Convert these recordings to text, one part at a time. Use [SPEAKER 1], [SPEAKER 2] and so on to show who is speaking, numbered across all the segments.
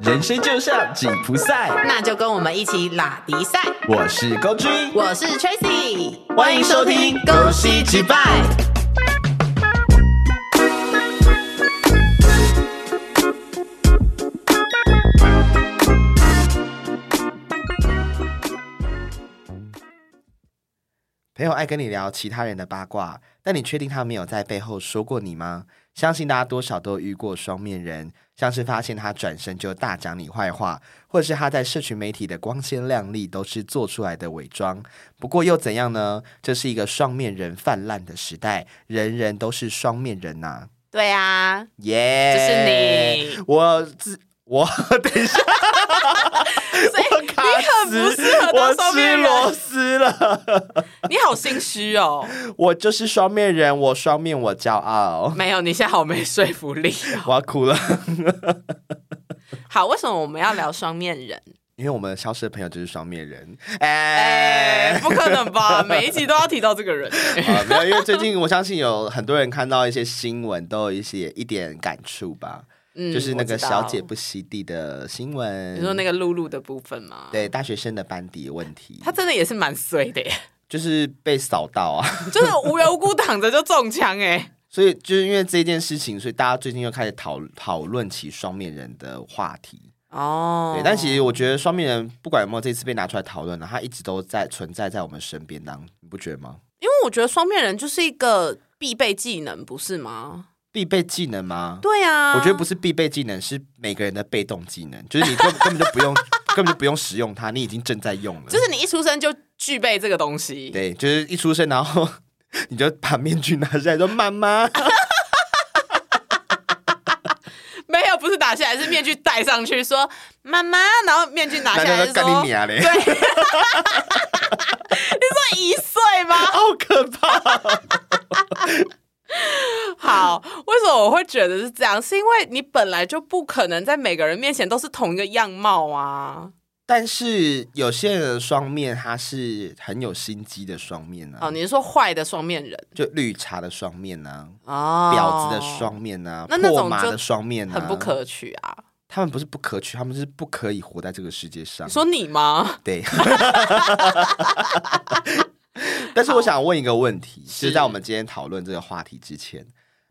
[SPEAKER 1] 人生就像紧箍赛，
[SPEAKER 2] 那就跟我们一起拉迪赛。
[SPEAKER 1] 我是高君，
[SPEAKER 2] 我是 Tracy，
[SPEAKER 1] 欢迎收听
[SPEAKER 2] 《
[SPEAKER 1] 恭喜击败》。朋友爱跟你聊其他人的八卦，但你确定他没有在背后说过你吗？相信大家多少都遇过双面人，像是发现他转身就大讲你坏话，或者是他在社群媒体的光鲜亮丽都是做出来的伪装。不过又怎样呢？这是一个双面人泛滥的时代，人人都是双面人呐、
[SPEAKER 2] 对啊，
[SPEAKER 1] 耶、
[SPEAKER 2] 就是你，
[SPEAKER 1] 我自 我等一下，
[SPEAKER 2] 所以
[SPEAKER 1] 我卡
[SPEAKER 2] 你很不
[SPEAKER 1] 死
[SPEAKER 2] 适合当
[SPEAKER 1] 我
[SPEAKER 2] 双
[SPEAKER 1] 吃
[SPEAKER 2] 面
[SPEAKER 1] 螺
[SPEAKER 2] 人，
[SPEAKER 1] 丝了。
[SPEAKER 2] 你好心虚哦。
[SPEAKER 1] 我就是双面人，我双面，我骄 傲，
[SPEAKER 2] 没有，你现在好没说服力哦。
[SPEAKER 1] 我要哭了。
[SPEAKER 2] 好，为什么我们要聊双面人？
[SPEAKER 1] 因为我们消失的朋友就是双面人，
[SPEAKER 2] 哎、
[SPEAKER 1] 哎、
[SPEAKER 2] 不可能吧？每一集都要提到这 个人、
[SPEAKER 1] 啊，没有，因为最近我相信有很多人看到一些新闻，都有一些一点感触吧，
[SPEAKER 2] 嗯
[SPEAKER 1] 就是那个
[SPEAKER 2] 我知道
[SPEAKER 1] 小姐不惜地的新闻。
[SPEAKER 2] 你说那个露露的部分吗？，
[SPEAKER 1] 对大学生的班底问 题
[SPEAKER 2] 她，真的也是蛮衰 的耶，
[SPEAKER 1] 就是被扫到啊，
[SPEAKER 2] 就是无缘无故躺着就中枪哎。
[SPEAKER 1] 所以就是因为这件事情，所以大家最近又开始讨讨论起双面人的话题。
[SPEAKER 2] 哦
[SPEAKER 1] 对，但其实我觉得双面人不管有没有这次被拿出来讨论呢，啊他一直都在存在在我们身边当，你不觉得吗？
[SPEAKER 2] 因为我觉得双面人就是一个必备技能，不是吗？
[SPEAKER 1] 必备技能吗？
[SPEAKER 2] 对啊，
[SPEAKER 1] 我觉得不是必备技能，是每个人的被动技能，就是你根根本就 不用，根本就不用使用它，你已经正在用了。
[SPEAKER 2] 就是你一出生就具备这个东西。
[SPEAKER 1] 对，就是一出生，然后你就把面具拿下来说：“妈妈。
[SPEAKER 2] 啊没有，不是打下来，是面具戴上去说妈妈，然后面具”拿
[SPEAKER 1] 那
[SPEAKER 2] 下来
[SPEAKER 1] 那
[SPEAKER 2] 就
[SPEAKER 1] 个干
[SPEAKER 2] 说
[SPEAKER 1] 你娘嘞，
[SPEAKER 2] 对，你说一岁吗？
[SPEAKER 1] 好 可怕！
[SPEAKER 2] 好，为什么我会觉得是这样？是因为你本来就不可能在每个人面前都是同一个样貌啊。
[SPEAKER 1] 但是有些人的双面，他是很有心机的双面啊，
[SPEAKER 2] 哦，你是说坏的双面人
[SPEAKER 1] 就绿茶的双面啊，
[SPEAKER 2] 哦，
[SPEAKER 1] 婊子的双面啊，
[SPEAKER 2] 那那种
[SPEAKER 1] 破马
[SPEAKER 2] 就
[SPEAKER 1] 的双面啊，
[SPEAKER 2] 很不。可取啊。
[SPEAKER 1] 他们不是不可取，他们是不可以活在这个世界上啊
[SPEAKER 2] 你。说你吗？
[SPEAKER 1] 对。 但是我想问一个问题，就是
[SPEAKER 2] 是嗯
[SPEAKER 1] 在我们今天讨论这个话题之前，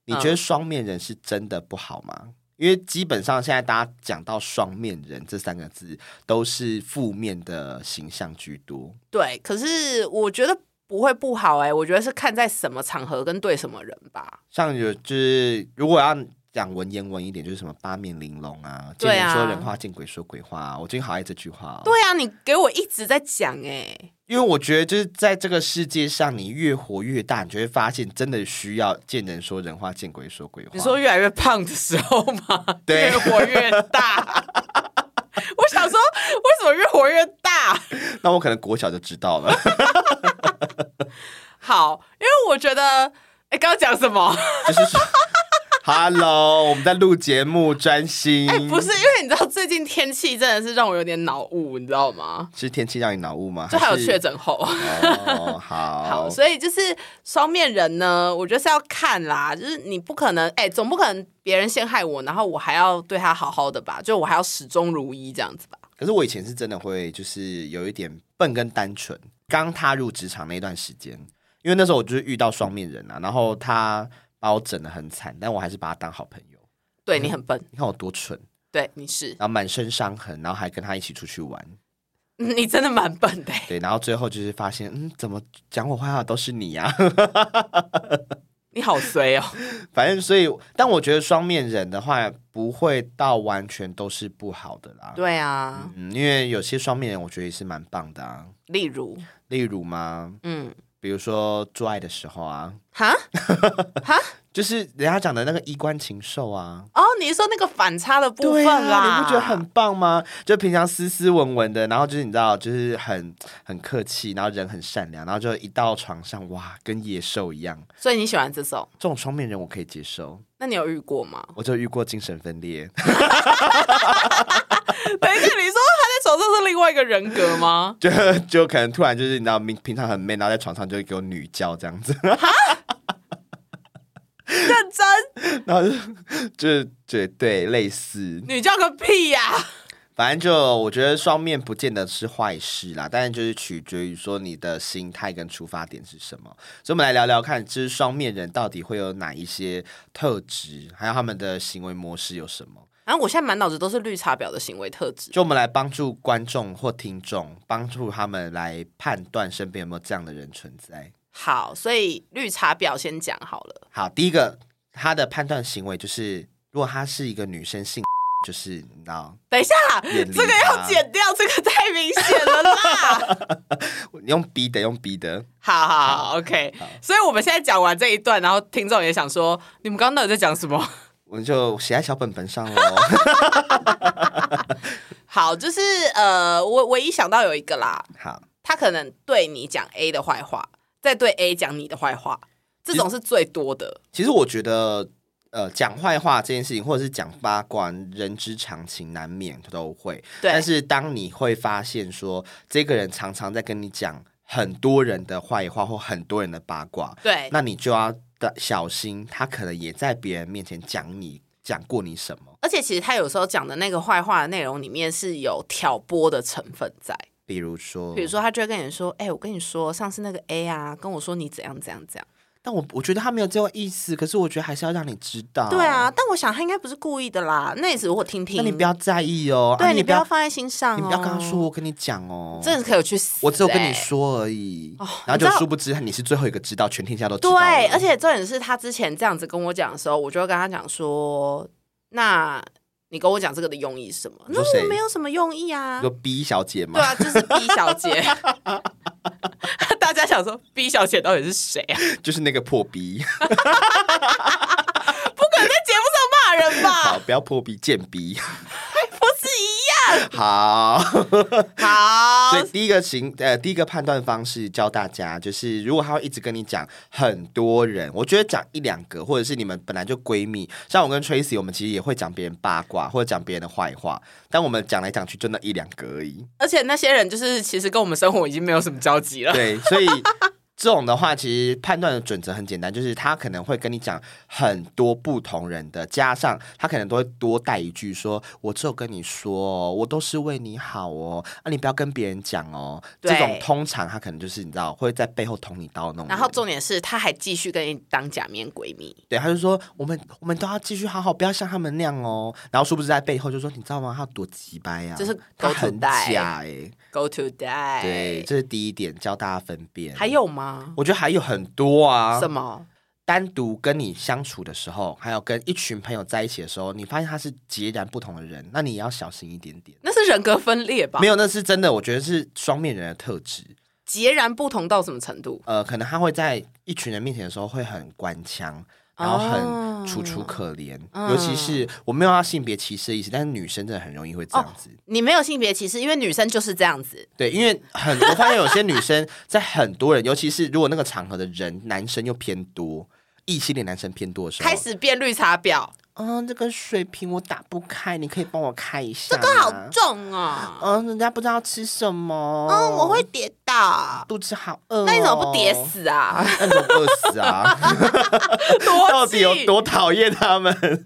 [SPEAKER 1] 你觉得双面人是真的不好吗？因为基本上现在大家讲到双面人这三个字，都是负面的形象居多。
[SPEAKER 2] 对，可是我觉得不会不好哎、我觉得是看在什么场合跟对什么人吧。
[SPEAKER 1] 像有就是如果要讲文言文一点，就是什么八面玲珑啊，见
[SPEAKER 2] 对
[SPEAKER 1] 人
[SPEAKER 2] 啊
[SPEAKER 1] 说人话，见鬼说鬼话、啊。我最近好爱这句话、哦。
[SPEAKER 2] 对啊，你给我一直在讲哎、
[SPEAKER 1] 因为我觉得，就是在这个世界上，你越活越大，你就会发现，真的需要见人说人话，见鬼说鬼话。
[SPEAKER 2] 你说越来越胖的时候吗？
[SPEAKER 1] 对
[SPEAKER 2] 越活越大。 我想说，为什么越活越大？
[SPEAKER 1] 那我可能国小就知道了。
[SPEAKER 2] 好，因为我觉得，哎，刚刚讲什么？
[SPEAKER 1] 就是说，Hello，我们在录节目，专心。
[SPEAKER 2] 哎，不是，因为你知道最近天气真的是让我有点脑雾，你知道吗？
[SPEAKER 1] 是天气让你脑雾吗？
[SPEAKER 2] 就还有
[SPEAKER 1] 是
[SPEAKER 2] 确。诊后，
[SPEAKER 1] 哦，好。
[SPEAKER 2] 好，所以就是双面人呢，我觉得是要看啦，就是你不可能，哎，总不可能别人陷害我，然后我还要对他好好的吧？就我还要始终如一这样子吧？
[SPEAKER 1] 可是我以前是真的会，就是有一点笨跟单纯。刚踏入职场那段时间，因为那时候我就是遇到双面人啊，然后他把我整的很惨，但我还是把他当好朋友。
[SPEAKER 2] 对你很笨，
[SPEAKER 1] 你看我多蠢。
[SPEAKER 2] 对你是，
[SPEAKER 1] 然后满身伤痕，然后还跟他一起出去玩，
[SPEAKER 2] 你真的蛮笨的、
[SPEAKER 1] 对，然后最后就是发现，嗯，怎么讲我坏话都是你啊呀、
[SPEAKER 2] 你好 衰哦。
[SPEAKER 1] 反正所以，但我觉得双面人的话，不会到完全都是不好的啦。
[SPEAKER 2] 对啊，
[SPEAKER 1] 嗯，因为有些双面人，我觉得也是蛮棒的啊。
[SPEAKER 2] 例如，
[SPEAKER 1] 例如嘛，
[SPEAKER 2] 嗯，
[SPEAKER 1] 比如说做爱的时候啊，
[SPEAKER 2] 哈，
[SPEAKER 1] 就是人家讲的那个衣冠禽兽啊。
[SPEAKER 2] 哦，你说那个反差的部分
[SPEAKER 1] 对
[SPEAKER 2] 啦，
[SPEAKER 1] 啊，你不觉得很棒吗？就平常斯斯文文的，然后就是你知道，就是很很客气，然后人很善良，然后就一到床上，哇，跟野兽一样。
[SPEAKER 2] 所以你喜欢这种？
[SPEAKER 1] 这种双面人我可以接受，
[SPEAKER 2] 那你有遇过吗？
[SPEAKER 1] 我就遇过精神分裂，
[SPEAKER 2] 等一下，你说他在床上是另外一个人格吗？
[SPEAKER 1] 就就可能突然就是你知道，平平常很 man，然后在床上就会给我女叫这样子，
[SPEAKER 2] 认真，
[SPEAKER 1] 然后就就是对对类似，
[SPEAKER 2] 你叫个屁呀、
[SPEAKER 1] 反正就我觉得双面不见得是坏事啦，但是就是取决于说你的心态跟出发点是什么。所以我们来聊聊看，就是双面人到底会有哪一些特质，还有他们的行为模式有什么。
[SPEAKER 2] 然后我现在满脑子都是绿茶婊的行为特质。
[SPEAKER 1] 就我们来帮助观众或听众，帮助他们来判断身边有没有这样的人存在。
[SPEAKER 2] 好，所以绿茶婊先讲好了。
[SPEAKER 1] 好，第一个，他的判断行为就是，如果她是一个女生性， 就是你知道，
[SPEAKER 2] 等一下，
[SPEAKER 1] 远离
[SPEAKER 2] 这个要
[SPEAKER 1] 他
[SPEAKER 2] 剪掉，这个太明显 了啦。
[SPEAKER 1] 用逼的，用逼的，
[SPEAKER 2] 好好好，OK 所以我们现在讲完这一段，然后听众也想说，你们刚刚到底在讲什么？
[SPEAKER 1] 我就写在小本本上喽。
[SPEAKER 2] 好，就是呃，我唯一想到有一个啦，
[SPEAKER 1] 好，
[SPEAKER 2] 他可能对你讲 A 的坏话，再对 A 讲你的坏话，这种是最多的。
[SPEAKER 1] 其实我觉得，呃，讲坏话这件事情，或者是讲八卦，人之常情，难免都会。
[SPEAKER 2] 对，
[SPEAKER 1] 但是当你会发现说，这个人常常在跟你讲很多人的坏话或很多人的八卦，
[SPEAKER 2] 对，
[SPEAKER 1] 那你就要的小心，他可能也在别人面前讲你讲过你什么，
[SPEAKER 2] 而且其实他有时候讲的那个坏话的内容里面是有挑拨的成分在，
[SPEAKER 1] 比如说，
[SPEAKER 2] 比如，说他就会跟你说：“哎、我跟你说，上次那个 A 啊，跟我说你怎样怎样怎样。
[SPEAKER 1] 但我我觉得他没有这种意思，可是我觉得还是要让你知道，
[SPEAKER 2] 对啊，，但我想他应该不是故意的啦，那也只是我听听。
[SPEAKER 1] 那你不要在意哦，
[SPEAKER 2] 对、
[SPEAKER 1] 啊、
[SPEAKER 2] 你
[SPEAKER 1] 你
[SPEAKER 2] 不要放在心上、哦，
[SPEAKER 1] 你不要跟他说，我跟你讲哦，
[SPEAKER 2] 真的可以去死、
[SPEAKER 1] 我只有跟
[SPEAKER 2] 哎
[SPEAKER 1] 你说而已，
[SPEAKER 2] 哦
[SPEAKER 1] 然后
[SPEAKER 2] 你知
[SPEAKER 1] 就
[SPEAKER 2] 道
[SPEAKER 1] 殊不知你是最后一个知道，全天下都知道了，
[SPEAKER 2] 对，而且重点是他之前这样子跟我讲的时候，我就会跟他讲说：“那你跟我讲这个的用意是什么？”
[SPEAKER 1] 你
[SPEAKER 2] 那
[SPEAKER 1] 说谁
[SPEAKER 2] 我没有什么用意啊
[SPEAKER 1] 你说，B 小姐嘛
[SPEAKER 2] 对，啊，就是 B 小姐。大家想说 B 小姐到底是谁啊？
[SPEAKER 1] 就是那个破 B，
[SPEAKER 2] 不可能在节目上骂人
[SPEAKER 1] 好，
[SPEAKER 2] 吧？
[SPEAKER 1] 不要破 B，贱 B，
[SPEAKER 2] 不是一
[SPEAKER 1] 好。
[SPEAKER 2] 样。好
[SPEAKER 1] 所以，第一个行呃，第一个判断方式教大家，就是如果他会一直跟你讲很多人，我觉得讲一两个，或者是你们本来就闺蜜，像我跟 Tracy，我们其实也会讲别人八卦或者讲别人的坏话，但我们讲来讲去就那一两个而已。
[SPEAKER 2] 而且那些人就是其实跟我们生活已经没有什么交集 了。
[SPEAKER 1] 对，所以这种的话，其实判断的准则很简单，就是他可能会跟你讲很多不同人的，加上他可能都会多带一句说：“我只有跟你说哦，我都是为你好哦，啊，你不要跟别人讲哦。”
[SPEAKER 2] 对
[SPEAKER 1] 这种通常他可能就是你知道会在背后捅你刀那种人。
[SPEAKER 2] 然后重点是，他还继续跟你当假面闺蜜。
[SPEAKER 1] 对，他就说我们我们都要继续好好，不要像他们那样哦。然后殊不知在背后就说你知道吗？他有多鸡掰呀、啊，
[SPEAKER 2] 就是
[SPEAKER 1] 他
[SPEAKER 2] 狗头
[SPEAKER 1] 很
[SPEAKER 2] 带
[SPEAKER 1] 假哎、
[SPEAKER 2] Go to die。
[SPEAKER 1] 对，，这是第一点，教大家分辨。
[SPEAKER 2] 还，有吗？
[SPEAKER 1] 我觉得还有很多啊。
[SPEAKER 2] 什么？
[SPEAKER 1] 单独跟你相处的时候，还有跟一群朋友在一起的时候，你发现他是截然不同的人，那你也要小心一点点。
[SPEAKER 2] 那是人格分裂吧？
[SPEAKER 1] 没有，那是真的，我觉得是双面人的特质。
[SPEAKER 2] 截然不同到什么程度？
[SPEAKER 1] 呃，可能他会在一群人面前的时候会很官腔，然后
[SPEAKER 2] 哦
[SPEAKER 1] 很楚楚可怜。
[SPEAKER 2] 嗯
[SPEAKER 1] 尤其是我没有要性别歧视的意思，但是女生真的很容易会这样子。
[SPEAKER 2] 你没有性别歧视，因为女生就是这样子。
[SPEAKER 1] 对，因为很 我发现有些女生在很多人，尤其是如果那个场合的人男生又偏多，异性恋男生偏多的时候，
[SPEAKER 2] 开始变绿茶婊，
[SPEAKER 1] 嗯，这个水瓶我打不开，你可以帮我开一下
[SPEAKER 2] 这
[SPEAKER 1] 吗。
[SPEAKER 2] 个好重啊！
[SPEAKER 1] 嗯，人家不知道吃什么。
[SPEAKER 2] 嗯，我会跌倒。
[SPEAKER 1] 肚子好饿、哦
[SPEAKER 2] 那你怎么不跌？死啊？
[SPEAKER 1] 那你怎么不饿死啊？
[SPEAKER 2] 多
[SPEAKER 1] 到底有
[SPEAKER 2] 气
[SPEAKER 1] 多讨厌他们？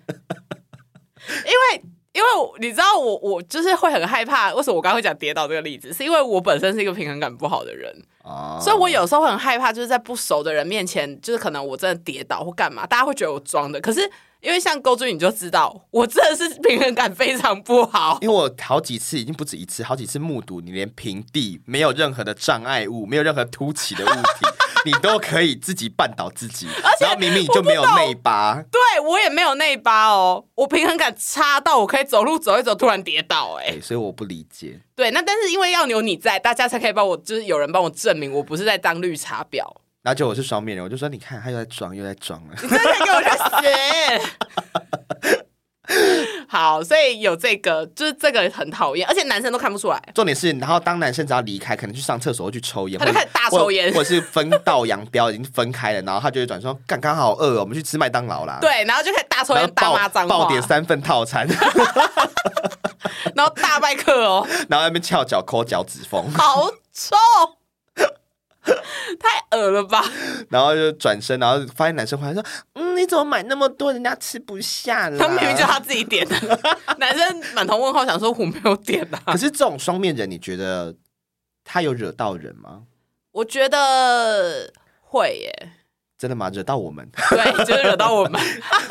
[SPEAKER 2] 因为因为我你知道我我就是会很害怕，为什么我刚刚会讲跌倒这个例子？是因为我本身是一个平衡感不好的人，
[SPEAKER 1] 哦
[SPEAKER 2] 所以我有时候很害怕，就是在不熟的人面前，就是可能我真的跌倒或干嘛，大家会觉得我装的。可是因为像勾追，你就知道我真的是平衡感非常不好。
[SPEAKER 1] 因为我好几次，已经不止一次，好几次目睹你连平地没有任何的障碍物，没有任何凸起的物体，你都可以自己绊倒自己，然后明明你就没有内八。
[SPEAKER 2] 对我也没有内八哦，我平衡感差到我可以走路走一走突然跌倒、哎、
[SPEAKER 1] 哎，所以我不理解。
[SPEAKER 2] 对，那但是因为要有你在，大家才可以帮我，就是有人帮我证明我不是在当绿茶 婊。
[SPEAKER 1] 然后就我是双面人，我就说你看他又在装，又在装了。
[SPEAKER 2] 你真的给我去死！ 好，所以有这个，就是这个很讨厌，而且男生都看不出来。
[SPEAKER 1] 重点是，然后当男生只要离开，可能去上厕所或去抽烟，
[SPEAKER 2] 他就开始大抽烟
[SPEAKER 1] 或者或者是分道扬镳，已经分开了，然后他就会转身说：“干，刚好饿哦，我们去吃麦当劳啦。”，
[SPEAKER 2] 对，然后就开始大抽
[SPEAKER 1] 然
[SPEAKER 2] 烟
[SPEAKER 1] 后、
[SPEAKER 2] 大骂
[SPEAKER 1] 爆
[SPEAKER 2] 脏
[SPEAKER 1] 爆
[SPEAKER 2] 话，
[SPEAKER 1] 点三份套餐，
[SPEAKER 2] 然后大麦克哦，
[SPEAKER 1] 然后在那边翘脚抠脚趾缝。
[SPEAKER 2] 好臭，太恶恶了吧？
[SPEAKER 1] 然后就转身，然后发现男生回来说：“嗯，你怎么买那么多？人家吃不下了。”
[SPEAKER 2] 他明明就他自己点的，男生满头问号，想说我没有点啊
[SPEAKER 1] 可。是这种双面人，你觉得他有惹到人吗？
[SPEAKER 2] 我觉得会耶，
[SPEAKER 1] 真的吗？惹到我们？
[SPEAKER 2] 对，就是惹到我们。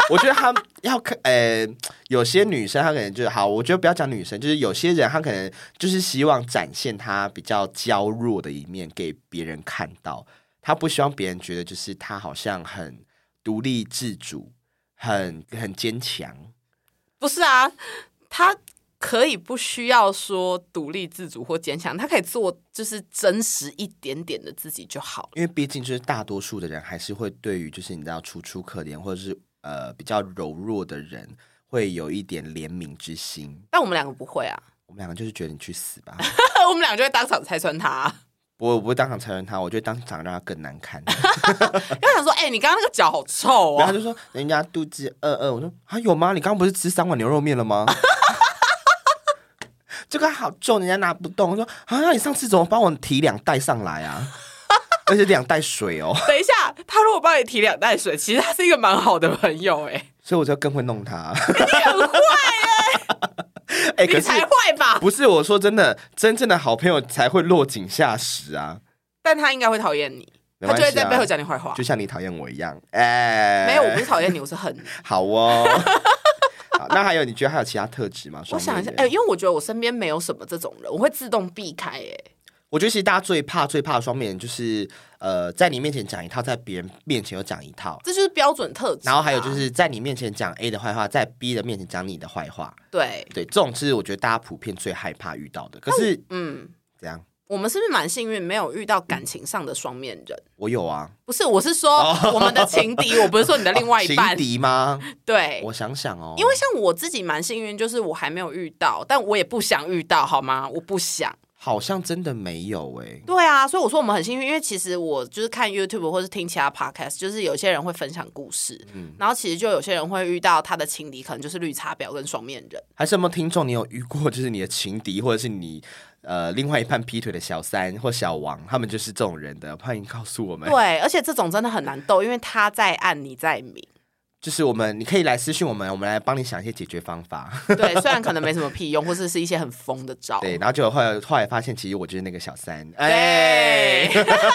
[SPEAKER 1] 我觉得他要看，呃，有些女生她可能就是好，我觉得不要讲女生，就是有些人她可能就是希望展现她比较娇弱的一面给别人看到，她不希望别人觉得就是她好像很独立自主，很很坚强。
[SPEAKER 2] 不是啊，他可以不需要说独立自主或坚强，他可以做就是真实一点点的自己就好
[SPEAKER 1] 因为毕竟就是大多数的人还是会对于就是你知道楚楚可怜或者是呃比较柔弱的人会有一点怜悯之心。
[SPEAKER 2] 但我们两个不会啊，
[SPEAKER 1] 我们两个就是觉得你去死吧，
[SPEAKER 2] 我们两个就会当场拆穿他、啊
[SPEAKER 1] 我我不会当场承认他，我就当场让他更难看。
[SPEAKER 2] 因为想说，哎、你刚刚那个脚好臭
[SPEAKER 1] 然后他
[SPEAKER 2] 哦，
[SPEAKER 1] 就说人家肚子饿饿，我说啊有吗？你刚刚不是吃三碗牛肉面了吗？ 这个好重，人家拿不动。我说啊，那你上次怎么帮我提两袋上来啊？ 而且两袋水哦，
[SPEAKER 2] 等一下，他如果帮你提两袋水，其实他是一个蛮好的朋友、 哎，
[SPEAKER 1] 所以我就更会弄他。
[SPEAKER 2] 你很坏，
[SPEAKER 1] 哎、可
[SPEAKER 2] 你
[SPEAKER 1] 是
[SPEAKER 2] 才坏吧？
[SPEAKER 1] 不是我说真的，真正的好朋友才会落井下石啊，
[SPEAKER 2] 但他应该会讨厌你，
[SPEAKER 1] 没
[SPEAKER 2] 他就会
[SPEAKER 1] 关系啊
[SPEAKER 2] 在背后讲你坏话。
[SPEAKER 1] 就像你讨厌我一样。哎、
[SPEAKER 2] 没有，我不是讨厌你，我是 恨你。
[SPEAKER 1] 好哦。 好那还有，你觉得还有其他特质吗？
[SPEAKER 2] 我
[SPEAKER 1] 双面
[SPEAKER 2] 想一下，
[SPEAKER 1] 人
[SPEAKER 2] 哎、因为我觉得我身边没有什么这种人，我会自动避开、哎，
[SPEAKER 1] 我觉得其实大家最怕、最怕的双面人就是，呃，在你面前讲一套，在别人面前又讲一套，
[SPEAKER 2] 这就是标准特质啊、
[SPEAKER 1] 然后还有就是在你面前讲 A 的坏话，在 B 的面前讲你的坏话。
[SPEAKER 2] 对，
[SPEAKER 1] 对，这种是我觉得大家普遍最害怕遇到的。可是
[SPEAKER 2] 嗯，
[SPEAKER 1] 怎样？
[SPEAKER 2] 我们是不是蛮幸运，没有遇到感情上的双面人？
[SPEAKER 1] 我有啊，
[SPEAKER 2] 不是，我是说我们的情敌，我不是说 你的另外一半
[SPEAKER 1] 情。敌哦吗？
[SPEAKER 2] 对，
[SPEAKER 1] 我想想哦，
[SPEAKER 2] 因为像我自己蛮幸运，就是我还没有遇到，但我也不想遇到，好吗？我不想。
[SPEAKER 1] 好像真的没有诶。
[SPEAKER 2] 对啊，所以我说我们很幸运，因为其实我就是看 YouTube 或是听其他 podcast，就是有些人会分享故事，然后其实就有些人会遇到他的情敌，可能就是绿茶婊跟双面人。
[SPEAKER 1] 还是有没有听众你有遇过，就是你的情敌或者是你呃另外一半劈腿的小三或小王，他们就是这种人的，欢迎告诉我们。
[SPEAKER 2] 对，而且这种真的很难斗，因为他在暗，你在明。
[SPEAKER 1] 就是我们，你可以来私信我们，我们来帮你想一些解决方法。
[SPEAKER 2] 对，虽然可能没什么屁用，或是是一些很疯的招。
[SPEAKER 1] 对，然后就后来后来发现，其实我就是那个小三。
[SPEAKER 2] 对，
[SPEAKER 1] 哎，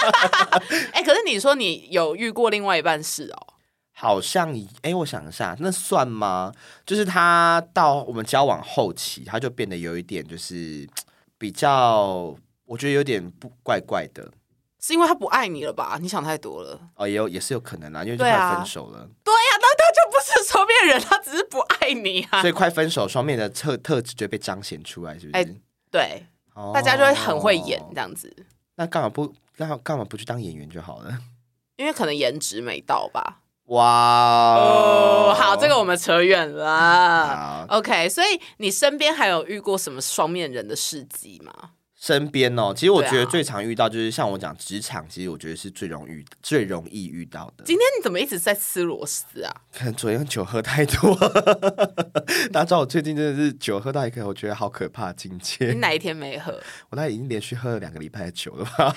[SPEAKER 2] 哎、可是你说你有遇过另外一半是哦，
[SPEAKER 1] 好像哎，我想一下，那算吗？就是他到我们交往后期，他就变得有一点就是比较，我觉得有点不怪怪的
[SPEAKER 2] 是因为他不爱你了吧？你想太多了。
[SPEAKER 1] 哦，也有也是有可能啦，因为就
[SPEAKER 2] 对啊
[SPEAKER 1] 快分手 了。
[SPEAKER 2] 对呀、那他就不是双面人，他只是不爱你啊。
[SPEAKER 1] 所以快分手双面的特特质就被彰显出来，是不是？
[SPEAKER 2] 哎对，
[SPEAKER 1] 哦
[SPEAKER 2] 哎大家就会很会演这样子，
[SPEAKER 1] 那干嘛不干嘛干嘛不去当演员就好了？
[SPEAKER 2] 因为可能颜值没到吧。
[SPEAKER 1] 哇
[SPEAKER 2] 哦，好，这个我们扯远了。啊
[SPEAKER 1] 好
[SPEAKER 2] OK，所以你身边还有遇过什么双面人的事迹吗？
[SPEAKER 1] 身边哦，其实我
[SPEAKER 2] 对啊
[SPEAKER 1] 觉得最常遇到就是像我讲职场，其实我觉得是最容易最容易遇到的。
[SPEAKER 2] 今天你怎么一直在吃螺丝啊？
[SPEAKER 1] 可能昨天酒喝太多， 大家知道我最近真的是酒喝到一个我觉得好可怕的境
[SPEAKER 2] 你
[SPEAKER 1] 界。
[SPEAKER 2] 哪一天没喝？
[SPEAKER 1] 我那已经连续喝了两个礼拜的酒了吧？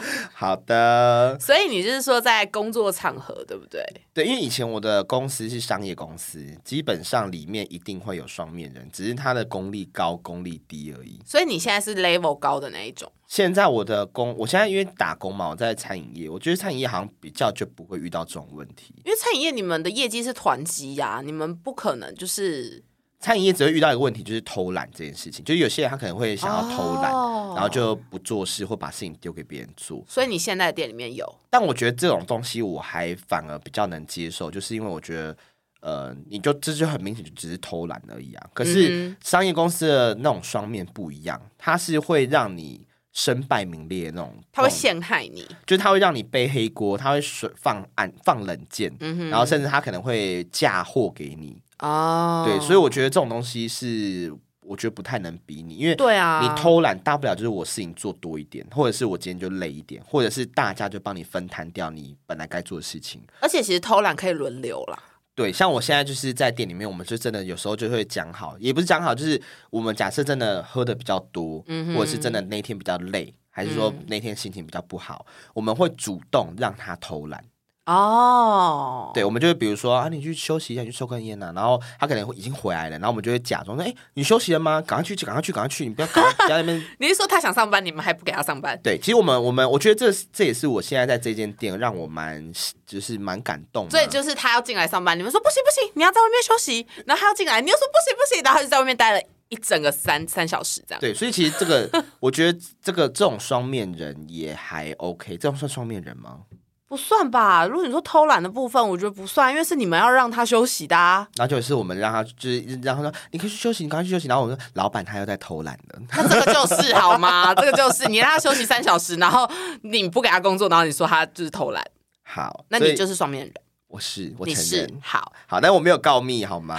[SPEAKER 2] 好，
[SPEAKER 1] 好的，
[SPEAKER 2] 所以你就是说在工作场合，对不对？
[SPEAKER 1] 对，因为以前我的公司是商业公司，基本上里面一定会有双面人，只是他的功力高，功力低而已。
[SPEAKER 2] 所以你现在是 level 高的那一种，
[SPEAKER 1] 现在我的工，我现在因为打工嘛，我在餐饮业，我觉得餐饮业好像比较就不会遇到这种问题。
[SPEAKER 2] 因为餐饮业你们的业绩是团积呀，你们不可能就是
[SPEAKER 1] 餐饮业只会遇到一个问题，就是偷懒这件事情，就是有些人他可能会想要偷懒，
[SPEAKER 2] 哦
[SPEAKER 1] 然后就不做事或把事情丢给别人做。
[SPEAKER 2] 所以你现在的店里面有，
[SPEAKER 1] 但我觉得这种东西我还反而比较能接受，就是因为我觉得，呃，你就这就很明显就只是偷懒而已啊。可
[SPEAKER 2] 嗯
[SPEAKER 1] 是商业公司的那种双面不一样，它是会让你身败名裂的那种，
[SPEAKER 2] 他会
[SPEAKER 1] 那种
[SPEAKER 2] 陷害你。
[SPEAKER 1] 就是它会让你背黑锅，它会水放暗放冷箭，
[SPEAKER 2] 嗯哼
[SPEAKER 1] 然后甚至它可能会嫁祸给你。
[SPEAKER 2] 哦，
[SPEAKER 1] 对，所以我觉得这种东西是我觉得不太能比拟，因为
[SPEAKER 2] 对啊，
[SPEAKER 1] 你偷懒，大不了就是我事情做多一点，或者是我今天就累一点，或者是大家就帮你分摊掉你本来该做的事情。
[SPEAKER 2] 而且其实偷懒可以轮流啦。
[SPEAKER 1] 对，像我现在就是在店里面，我们就真的有时候就会讲好，也不是讲好，就是我们假设真的喝的比较多，
[SPEAKER 2] 嗯哼
[SPEAKER 1] 或者是真的那一天比较累，还是说
[SPEAKER 2] 嗯
[SPEAKER 1] 那天心情比较不好，我们会主动让他偷懒。
[SPEAKER 2] 哦，
[SPEAKER 1] 对，我们就会比如说啊，你去休息一下，你去抽根烟呐、然后他可能会已经回来了，然后我们就会假装说，哎，你休息了吗？赶快去，赶快去，赶快去，你不要赶快在那边。
[SPEAKER 2] 你是说他想上班，你们还不给他上班？
[SPEAKER 1] 对，其实我们我们我觉得这这也是我现在在这间店让我蛮就是蛮感动的。
[SPEAKER 2] 所以就是他要进来上班，你们说不行不行，你要在外面休息，然后他要进来，你又说不行不行，然后他就在外面待了一整个三三小时这样。
[SPEAKER 1] 对，所以其实这个我觉得这个这种双面人也还 OK，这种算双面人吗？
[SPEAKER 2] 不算吧？如果你说偷懒的部分，我觉得不算，因为是你们要让他休息的、啊。
[SPEAKER 1] 然后就是我们让他就是让他说你可以去休息，你赶快去休息。然后我们说老板他又在偷懒了，
[SPEAKER 2] 那这个就是好吗？这个就是你让他休息三小时，然后你不给他工作，然后你说他就是偷懒，
[SPEAKER 1] 好，
[SPEAKER 2] 那
[SPEAKER 1] 所
[SPEAKER 2] 你
[SPEAKER 1] 以
[SPEAKER 2] 就是双面人，
[SPEAKER 1] 我是我
[SPEAKER 2] 你
[SPEAKER 1] 承
[SPEAKER 2] 是
[SPEAKER 1] 认。
[SPEAKER 2] 好。
[SPEAKER 1] 好，但我没有告密好吗？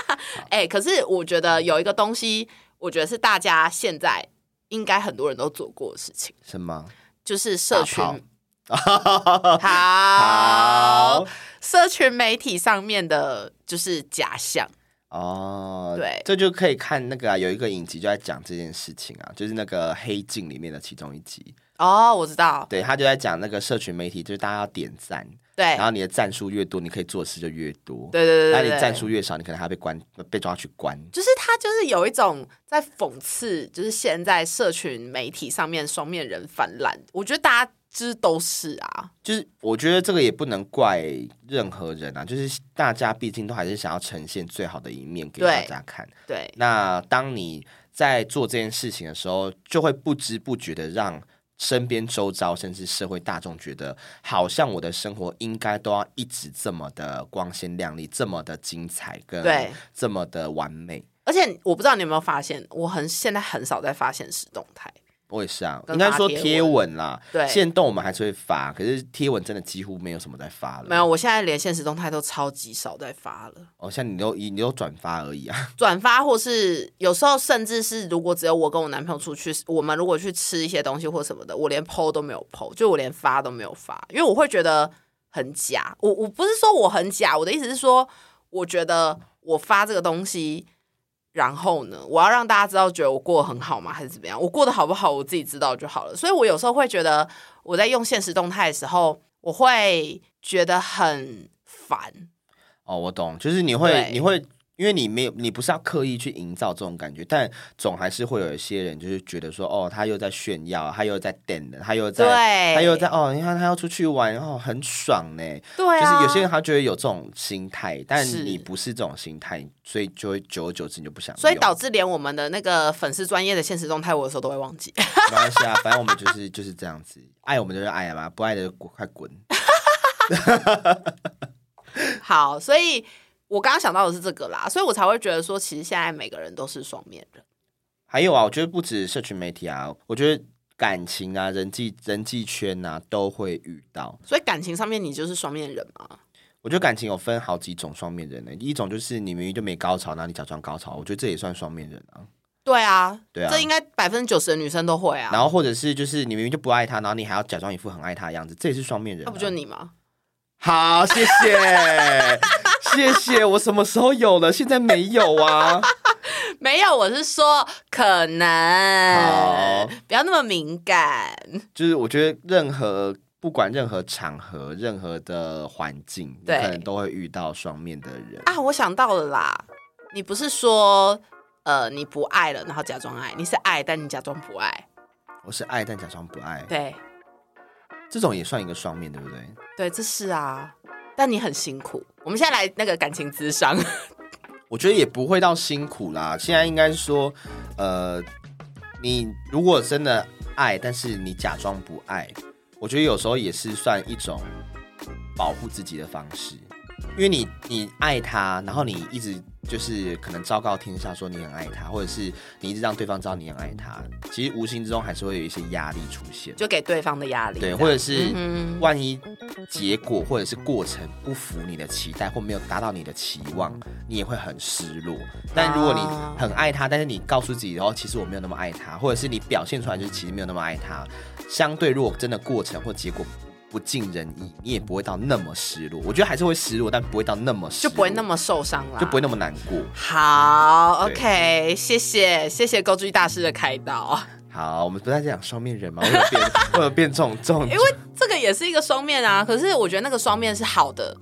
[SPEAKER 2] 哎、可是我觉得有一个东西，我觉得是大家现在应该很多人都做过的事情，
[SPEAKER 1] 什么？
[SPEAKER 2] 就是社群
[SPEAKER 1] 打炮
[SPEAKER 2] 好，社群媒体上面的就是假象。
[SPEAKER 1] 哦，
[SPEAKER 2] 对
[SPEAKER 1] 这就可以看那个、啊、有一个影集就在讲这件事情啊，就是那个《黑镜》里面的其中一集，
[SPEAKER 2] 哦，我知道，
[SPEAKER 1] 对他就在讲那个社群媒体，就是大家要点赞，
[SPEAKER 2] 对，
[SPEAKER 1] 然后你的赞数越多，你可以做的事就越多，
[SPEAKER 2] 对对
[SPEAKER 1] 那
[SPEAKER 2] 对
[SPEAKER 1] 你
[SPEAKER 2] 对对，
[SPEAKER 1] 赞数越少，你可能还要被关被抓去关。
[SPEAKER 2] 就是他就是有一种在讽刺，就是现在社群媒体上面双面人泛滥，我觉得大家知都是啊，
[SPEAKER 1] 就是我觉得这个也不能怪任何人啊，就是大家毕竟都还是想要呈现最好的一面给
[SPEAKER 2] 对
[SPEAKER 1] 大家看。
[SPEAKER 2] 对
[SPEAKER 1] 那当你在做这件事情的时候，就会不知不觉的让身边周遭甚至社会大众觉得，好像我的生活应该都要一直这么的光鲜亮丽，这么的精彩，跟
[SPEAKER 2] 对
[SPEAKER 1] 这么的完美。
[SPEAKER 2] 而且我不知道你有没有发现，我很现在很少在发现实动态，
[SPEAKER 1] 我也是啊，
[SPEAKER 2] 跟
[SPEAKER 1] 应该
[SPEAKER 2] 发
[SPEAKER 1] 说
[SPEAKER 2] 贴
[SPEAKER 1] 贴文啦，
[SPEAKER 2] 对
[SPEAKER 1] 现动我们还是会发，可是贴文真的几乎没有什么在发了。
[SPEAKER 2] 没有，，我现在连现实动态都超级少在发了，
[SPEAKER 1] 哦，像你都你都转发而已啊。
[SPEAKER 2] 转发或是有时候甚至是如果只有我跟我男朋友出去，我们如果去吃一些东西或什么的，我连 PO 都没有 PO，就我连发都没有发，因为我会觉得很假。我我不是说我很假，我的意思是说，我觉得我发这个东西，然后呢，我要让大家知道，觉得我过得很好吗？还是怎么样？我过得好不好，我自己知道就好了。所以我有时候会觉得，我在用现实动态的时候，我会觉得很烦。
[SPEAKER 1] 哦，我懂，就是你会
[SPEAKER 2] 对
[SPEAKER 1] 你会。因为你没有，你不是要刻意去营造这种感觉，但总还是会有一些人就是觉得说，哦，他又在炫耀，他又在点人，他又在，
[SPEAKER 2] 对，
[SPEAKER 1] 他又在，哦，你看他要出去玩，哦，很爽呢。
[SPEAKER 2] 对
[SPEAKER 1] 就
[SPEAKER 2] 啊，
[SPEAKER 1] 是有些人他觉得有这种心态，但
[SPEAKER 2] 是
[SPEAKER 1] 你不是这种心态，所以就会久而久之你就不想用。
[SPEAKER 2] 所以导致连我们的那个粉丝专业的现实动态，我有时候都会忘记。
[SPEAKER 1] 没关系啊，反正我们就是就是这样子，爱我们就是爱嘛，不爱的就滚快滚。
[SPEAKER 2] 好，所以我刚刚想到的是这个啦，所以我才会觉得说，其实现在每个人都是双面人。
[SPEAKER 1] 还有啊，我觉得不止社群媒体啊，我觉得感情啊、人际人际圈啊都会遇到。
[SPEAKER 2] 所以感情上面你就是双面人嘛？
[SPEAKER 1] 我觉得感情有分好几种双面人呢、一种就是你明明就没高潮，然后你假装高潮，我觉得这也算双面人啊。
[SPEAKER 2] 对啊，
[SPEAKER 1] 对啊
[SPEAKER 2] 这应该百分之九十的女生都会啊。
[SPEAKER 1] 然后或者是就是你明明就不爱他，然后你还要假装一副很爱他的样子，这也是双面人、啊。
[SPEAKER 2] 那不就你吗？
[SPEAKER 1] 好，谢谢，谢谢。我什么时候有了？现在没有啊。
[SPEAKER 2] 没有，我是说可能
[SPEAKER 1] 好，
[SPEAKER 2] 不要那么敏感。
[SPEAKER 1] 就是我觉得任何不管任何场合、任何的环境，你
[SPEAKER 2] 对
[SPEAKER 1] 可能都会遇到双面的人。
[SPEAKER 2] 啊，我想到了啦，你不是说呃你不爱了，然后假装爱，你是爱，但你假装不爱。
[SPEAKER 1] 我是爱但假装不爱，
[SPEAKER 2] 对
[SPEAKER 1] 这种也算一个双面，对不对？
[SPEAKER 2] 对，这是啊，但你很辛苦。我们现在来那个感情咨商，
[SPEAKER 1] 我觉得也不会到辛苦啦。现在应该说，呃，你如果真的爱，但是你假装不爱，我觉得有时候也是算一种保护自己的方式，因为你你爱他，然后你一直就是可能昭告天下说你很爱他，或者是你一直让对方知道你很爱他，其实无形之中还是会有一些压力出现。
[SPEAKER 2] 就给对方的压力，
[SPEAKER 1] 对，
[SPEAKER 2] 这样
[SPEAKER 1] 或者是
[SPEAKER 2] 嗯哼
[SPEAKER 1] 万一结果或者是过程不符你的期待，或没有达到你的期望，你也会很失落。但如果你
[SPEAKER 2] 啊
[SPEAKER 1] 很爱他，但是你告诉自己，哦，其实我没有那么爱他，或者是你表现出来就是其实没有那么爱他，相对如果真的过程或结果不尽人意，你也不会到那么失落。我觉得还是会失落，但不会到那么失
[SPEAKER 2] 就
[SPEAKER 1] 落
[SPEAKER 2] 不会那么受伤啦，
[SPEAKER 1] 就不会那么难过。
[SPEAKER 2] 好
[SPEAKER 1] 对
[SPEAKER 2] ，OK，谢谢谢谢构筑大师的开导。
[SPEAKER 1] 好，我们不是在讲双面人吗？为了变，为了变这种 重，
[SPEAKER 2] 因为这个也是一个双面啊。可是我觉得那个双面是好的，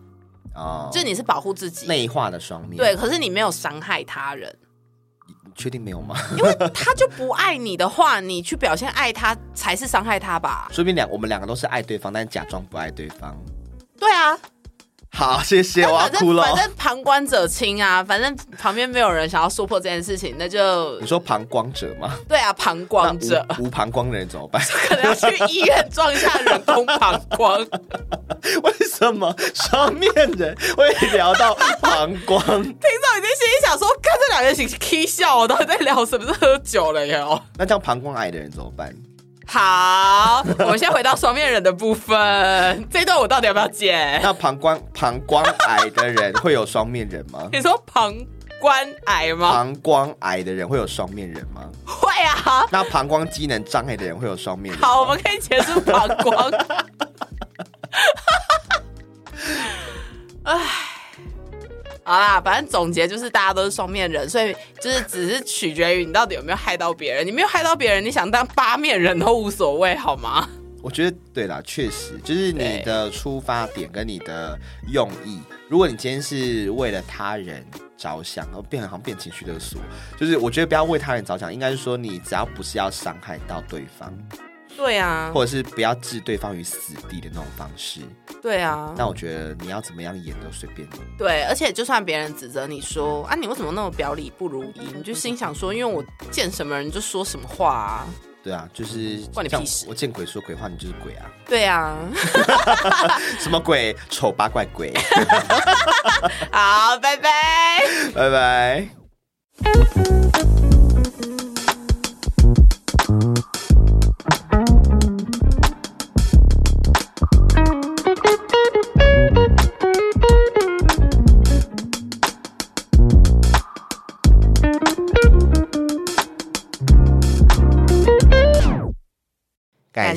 [SPEAKER 1] 哦，
[SPEAKER 2] 就是你是保护自己，
[SPEAKER 1] 内化的双面，
[SPEAKER 2] 对，，可是你没有伤害他人，
[SPEAKER 1] 你确定没有吗？
[SPEAKER 2] 因为他就不爱你的话，你去表现爱他才是伤害他吧？
[SPEAKER 1] 说明两我们两个都是爱对方，但假装不爱对方。
[SPEAKER 2] 对啊，
[SPEAKER 1] 好，谢谢，我要
[SPEAKER 2] 哎反
[SPEAKER 1] 啊哭
[SPEAKER 2] 正
[SPEAKER 1] 了。
[SPEAKER 2] 反正旁观者清啊，反正旁边没有人想要说破这件事情，那就
[SPEAKER 1] 你说膀胱者 吗？
[SPEAKER 2] 对啊，旁观者
[SPEAKER 1] 那无无膀胱的人怎么办？
[SPEAKER 2] 可能要去医院装一下人工膀 胱。
[SPEAKER 1] 为什么双面人会聊到膀胱？
[SPEAKER 2] 听众已经心里想说，看这两个人一起 k 笑，我到底在聊什么？是喝酒了哟。
[SPEAKER 1] 那这样膀胱癌的人怎么 办？
[SPEAKER 2] 好， 我们先回到双面人的部分，这一段我到底要不要剪？
[SPEAKER 1] 那膀胱膀胱癌的人会有双面人 吗？
[SPEAKER 2] 你说膀胱癌吗？
[SPEAKER 1] 膀胱癌的人会有双面人吗？
[SPEAKER 2] 会啊。
[SPEAKER 1] 那膀胱机能障碍的人会有双面人吗？
[SPEAKER 2] 好，我们可以结束膀胱。 唉，好啦，反正总结就是大家都是双面人，所以就是只是取决于你到底有没有害到别人。你没有害到别人，你想当八面人都无所谓，好吗？
[SPEAKER 1] 我觉得对啦，确实就是你
[SPEAKER 2] 对
[SPEAKER 1] 的出发点跟你的用意。如果你今天是为了他人着想，然后变好像变情绪勒索，就是我觉得不要为他人着想，应该是说你只要不是要伤害到对方，
[SPEAKER 2] 对啊，
[SPEAKER 1] 或者是不要置对方于死地的那种方式，
[SPEAKER 2] 对啊，
[SPEAKER 1] 那我觉得你要怎么样演都随便你。
[SPEAKER 2] 对，而且就算别人指责你说啊，你为什么那么表里不如一，你就心想说，因为我见什么人就说什么话啊。
[SPEAKER 1] 对啊，就是
[SPEAKER 2] 关你
[SPEAKER 1] 像
[SPEAKER 2] 屁事
[SPEAKER 1] 我见鬼说鬼话，你就是鬼啊！
[SPEAKER 2] 对啊，
[SPEAKER 1] 什么鬼？丑八怪鬼！
[SPEAKER 2] 好，拜拜。
[SPEAKER 1] 拜拜。感